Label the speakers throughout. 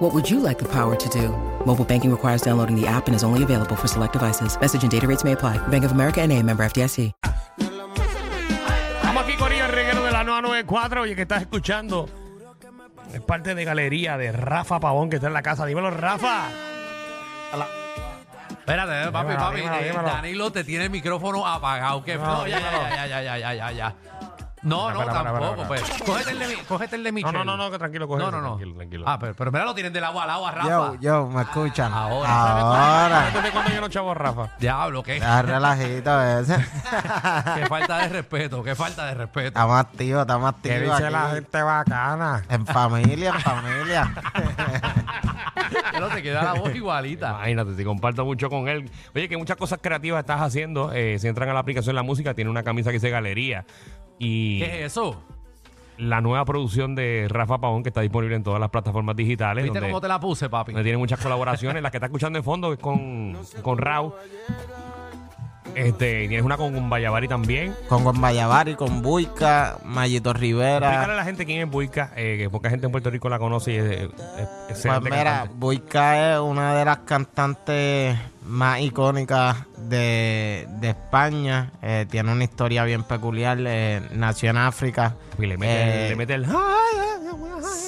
Speaker 1: What would you like the power to do? Mobile banking requires downloading the app and is only available for select devices. Message and data rates may apply. Bank of America and a member FDIC.
Speaker 2: Estamos aquí con el reguero de la 994 y el que estás escuchando es parte de galería de Rafa Pavón que está en la casa. Dímelo, Rafa.
Speaker 3: Espérate, eh, papi,
Speaker 2: Dímelo,
Speaker 3: papi.
Speaker 2: dímelo,
Speaker 3: eh,
Speaker 2: dímelo.
Speaker 3: Danilo te tiene el micrófono apagado. Que
Speaker 2: No,
Speaker 3: no, ya,
Speaker 2: dímelo.
Speaker 3: ya, ya, ya, ya, ya, ya, ya. No, no,
Speaker 2: Espera, espera,
Speaker 3: tampoco,
Speaker 2: espera,
Speaker 3: pues. Cógete el de, mi- cógete el de Michelle.
Speaker 2: no, no, que tranquilo, coge
Speaker 3: No,
Speaker 2: ese,
Speaker 3: no, no.
Speaker 2: tranquilo, tranquilo.
Speaker 3: Ah, pero, pero mira, lo tienen del agua al agua, Rafa.
Speaker 4: Yo, yo, me escuchan.
Speaker 3: Ahora.
Speaker 4: Ahora.
Speaker 2: ¿Desde cuándo yo no chavo a Rafa?
Speaker 3: Diablo, qué,
Speaker 4: Ah, relajito ese.
Speaker 3: qué falta de respeto, qué falta de respeto.
Speaker 4: Estamos activos, estamos
Speaker 2: Que
Speaker 4: activos.
Speaker 2: dice la
Speaker 4: aquí.
Speaker 2: gente bacana.
Speaker 4: En familia, en familia.
Speaker 3: Pero te queda la voz igualita.
Speaker 2: Imagínate, si comparto mucho con él. Oye, que muchas cosas creativas estás haciendo. eh, si entran a la aplicación La Música, tiene una camisa que dice Galería. Y
Speaker 3: ¿Qué es eso?
Speaker 2: la nueva producción de Rafa Pavón, que está disponible en todas las plataformas digitales.
Speaker 3: ¿Viste
Speaker 2: donde-
Speaker 3: cómo te la puse, papi?
Speaker 2: donde tiene muchas colaboraciones. la que está escuchando de fondo es con, con Rau. Este, tienes una con Bayabari también.
Speaker 4: Con Juan Vallavari, con Buica, Mayito
Speaker 2: Explícale a
Speaker 4: Rivera.
Speaker 2: la gente quién es Buica, eh, que poca gente en Puerto Rico la conoce y es, es- es
Speaker 4: Pues
Speaker 2: excelente
Speaker 4: mira,
Speaker 2: cantante.
Speaker 4: Buica es una de las cantantes más icónicas de, de España. Eh, tiene una historia bien peculiar. eh, nació en África.
Speaker 2: Y le mete,
Speaker 4: Eh,
Speaker 2: le mete el...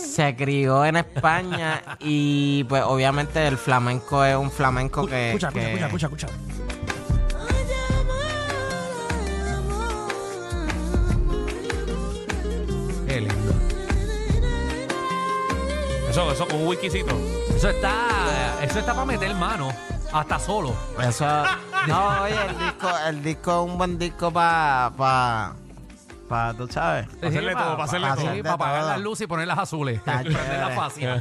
Speaker 4: se crió en España y pues obviamente el flamenco es un flamenco que...
Speaker 2: Escucha, escucha,
Speaker 4: que-
Speaker 2: escucha, escucha, escucha.
Speaker 3: Qué lindo.
Speaker 2: Eso, eso con un wikisito.
Speaker 3: Eso está, eso está para meter mano, hasta solo.
Speaker 4: Eso... No, oye, el disco, el disco es un buen disco para... Pa, pa, tú sabes.
Speaker 3: Sí,
Speaker 2: hacerle todo, para hacerle
Speaker 4: todo.
Speaker 3: sí, para apagar
Speaker 4: todo.
Speaker 3: las luces y poner las azules.
Speaker 4: Está
Speaker 3: prender la
Speaker 4: chévere.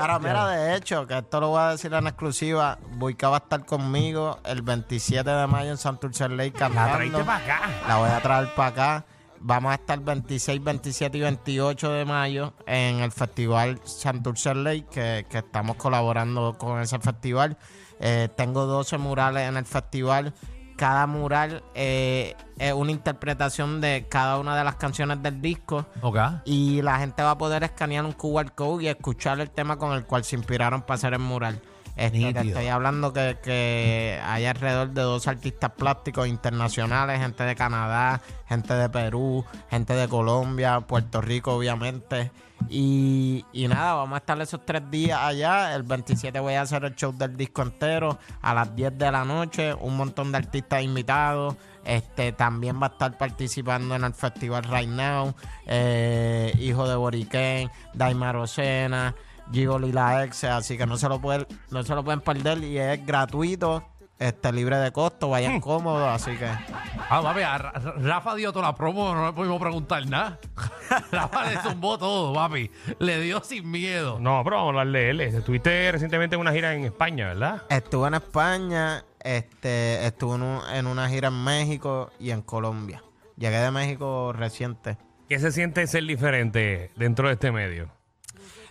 Speaker 4: Ahora, mira, de hecho, que esto lo voy a decir en exclusiva, Boica va a estar conmigo el 27 de mayo en Santurce Ley cantando.
Speaker 2: traíste pa' acá.
Speaker 4: La voy a traer para acá. Vamos a estar 26, 27 y 28 de mayo en el festival Santurce Lake, que, que estamos colaborando con ese festival. Eh, tengo 12 murales en el festival. Cada mural eh, es una interpretación de cada una de las canciones del disco.
Speaker 3: Ok.
Speaker 4: Y la gente va a poder escanear un QR code y escuchar el tema con el cual se inspiraron para hacer el mural. Este, te
Speaker 3: Nítido.
Speaker 4: estoy hablando que, que hay alrededor de dos artistas plásticos internacionales, gente de Canadá, gente de Perú, gente de Colombia, Puerto Rico obviamente. Y, y nada, vamos a estar esos tres días allá. El 27 voy a hacer el show del disco entero a las 10 de la noche. Un montón de artistas invitados. Este también va a estar participando en el festival Right Now. eh, Hijo de Boriquén, Daimar Ocena, Gigoli la ex. Así que no se lo pueden, no se lo pueden perder. Y es gratuito, este libre de costo,
Speaker 2: Hmm.
Speaker 4: vayan cómodos, así que.
Speaker 3: Ah, papi, a Ra- Ra- Rafa dio toda la promo, no le pudimos preguntar nada. Rafa le zumbó todo, papi. Le dio sin miedo.
Speaker 2: No, pero vamos a hablar de él. Este, Estuviste recientemente en una gira en España, ¿verdad?
Speaker 4: Estuve en España, este, estuve en, un- en una gira en México y en Colombia. Llegué de México reciente.
Speaker 2: ¿Qué se siente ser diferente dentro de este medio?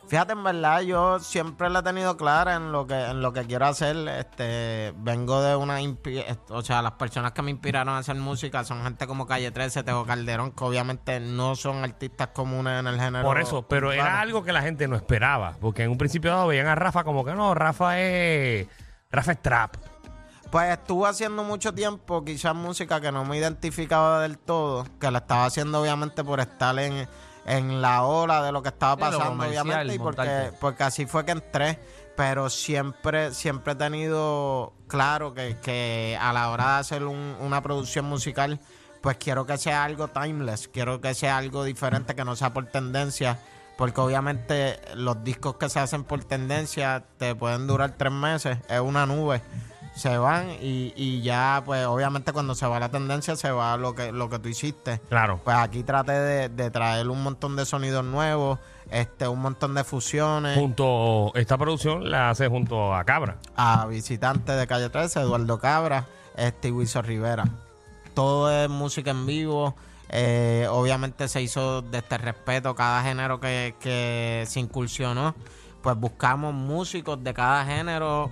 Speaker 4: Fíjate, en verdad, yo siempre la he tenido clara en lo que, en lo que quiero hacer. Este, vengo de una inspi- o sea, las personas que me inspiraron a hacer música son gente como Calle 13, Tego Calderón, que obviamente no son artistas comunes en el género.
Speaker 2: Por eso, pero era
Speaker 4: urbano.
Speaker 2: algo que la gente no esperaba. Porque en un principio dado veían a Rafa como que no, Rafa es. Rafa es trap.
Speaker 4: Pues estuve haciendo mucho tiempo quizás música que no me identificaba del todo, que la estaba haciendo obviamente por estar en, en la ola de lo que estaba
Speaker 3: Sí, lo
Speaker 4: pasando,
Speaker 3: comercial,
Speaker 4: obviamente, y porque,
Speaker 3: montarte.
Speaker 4: porque así fue Pues, que entré. Pero siempre, siempre he tenido claro que, que a la hora de hacer un- una producción musical, pues quiero que sea algo timeless, quiero que sea algo diferente, que no sea por tendencia. Porque obviamente los discos que se hacen por tendencia te pueden durar tres meses, es una nube. Se van y, y ya, pues obviamente cuando se va la tendencia, se va lo que, lo que tú hiciste.
Speaker 2: Claro.
Speaker 4: Pues aquí traté de, de traer un montón de sonidos nuevos, este, un montón de fusiones.
Speaker 2: Junto, esta producción la hace junto a Cabra.
Speaker 4: a visitante de Calle 13, Eduardo Cabra. este, y Wilson Rivera. Todo es música en vivo. Eh, obviamente se hizo desde el respeto cada género que, que se incursionó. Pues buscamos músicos de cada género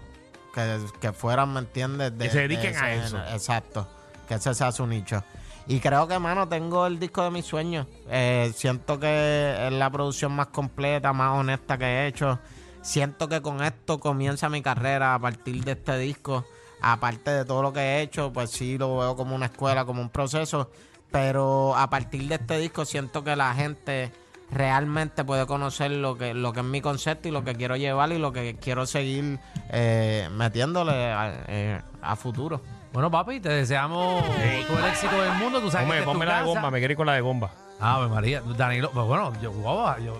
Speaker 4: que, que fueran, ¿me entiendes? De-
Speaker 2: Que se
Speaker 4: de
Speaker 2: dediquen
Speaker 4: ese
Speaker 2: a eso.
Speaker 4: género. Exacto. Que ese sea su nicho. Y creo que, mano, tengo el disco de mis sueños. Eh, siento que es la producción más completa, más honesta que he hecho. Siento que con esto comienza mi carrera a partir de este disco. Aparte de todo lo que he hecho, pues sí lo veo como una escuela, como un proceso. Pero a partir de este disco siento que la gente realmente puede conocer lo que, lo que es mi concepto y lo que quiero llevar y lo que quiero seguir eh, metiéndole a, eh, a futuro.
Speaker 3: Bueno, papi, te deseamos todo el éxito del mundo. Tú sabes
Speaker 2: Ponme,
Speaker 3: que esta es tu
Speaker 2: ponme la de
Speaker 3: casa.
Speaker 2: bomba, me quiero ir con la de bomba.
Speaker 3: Ave María, Danilo, pues bueno, yo, guau, yo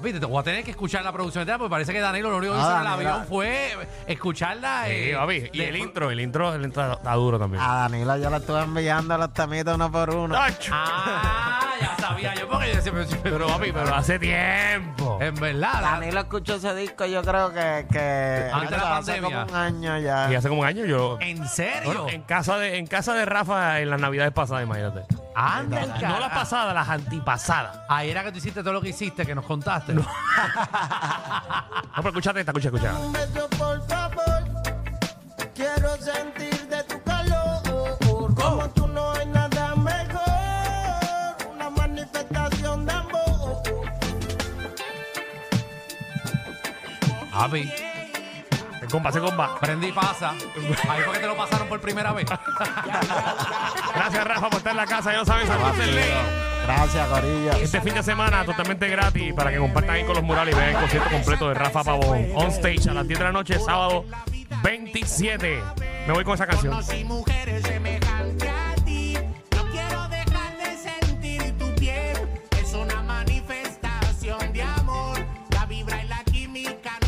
Speaker 3: viste, te voy a tener que escuchar la producción entera porque parece que Danilo lo único que
Speaker 4: Ah,
Speaker 3: hizo en el
Speaker 4: Danilo.
Speaker 3: avión fue escucharla.
Speaker 2: Sí,
Speaker 3: eh,
Speaker 2: papi. Y
Speaker 3: de- Ah,
Speaker 2: el intro, el intro, el intro está duro también.
Speaker 4: A Danilo yo le estuve enviando los temitas uno por uno.
Speaker 2: ¡Tacho!
Speaker 3: Ah, ya sabía yo porque yo siempre.
Speaker 2: Pero papi, pero hace tiempo.
Speaker 3: En verdad, la-
Speaker 4: Danilo escuchó ese disco, yo creo que, que
Speaker 3: Antes de la
Speaker 4: hace
Speaker 3: pandemia.
Speaker 4: como un año
Speaker 2: Y
Speaker 4: ya.
Speaker 2: hace como un año yo.
Speaker 3: ¿En serio?
Speaker 2: Bueno, en casa de, en casa de Rafa en las navidades pasadas, imagínate.
Speaker 3: Anda, el
Speaker 2: No las
Speaker 3: cara.
Speaker 2: pasadas, las antipasadas.
Speaker 3: Ahí era que tú hiciste todo lo que hiciste, que nos contaste.
Speaker 2: No, pero escúchate esta, escucha, escucha.
Speaker 5: Un beso, por favor. Quiero sentir de tu calor. Como tú no hay nada mejor. Una manifestación de amor.
Speaker 3: Papi,
Speaker 2: Se compa, se compa.
Speaker 3: prendí y pasa. Ahí fue que te lo pasaron por primera vez.
Speaker 2: Gracias, Rafa, por estar en la casa. Ya lo saben, salirse el ley.
Speaker 4: Gracias, Corillo.
Speaker 2: Este fin de semana totalmente gratis para que compartan ahí con los murales y vean el concierto completo de Rafa Pavón. On stage a las 10 de la noche, sábado 27. Me voy con esa canción.
Speaker 6: Conocí mujeres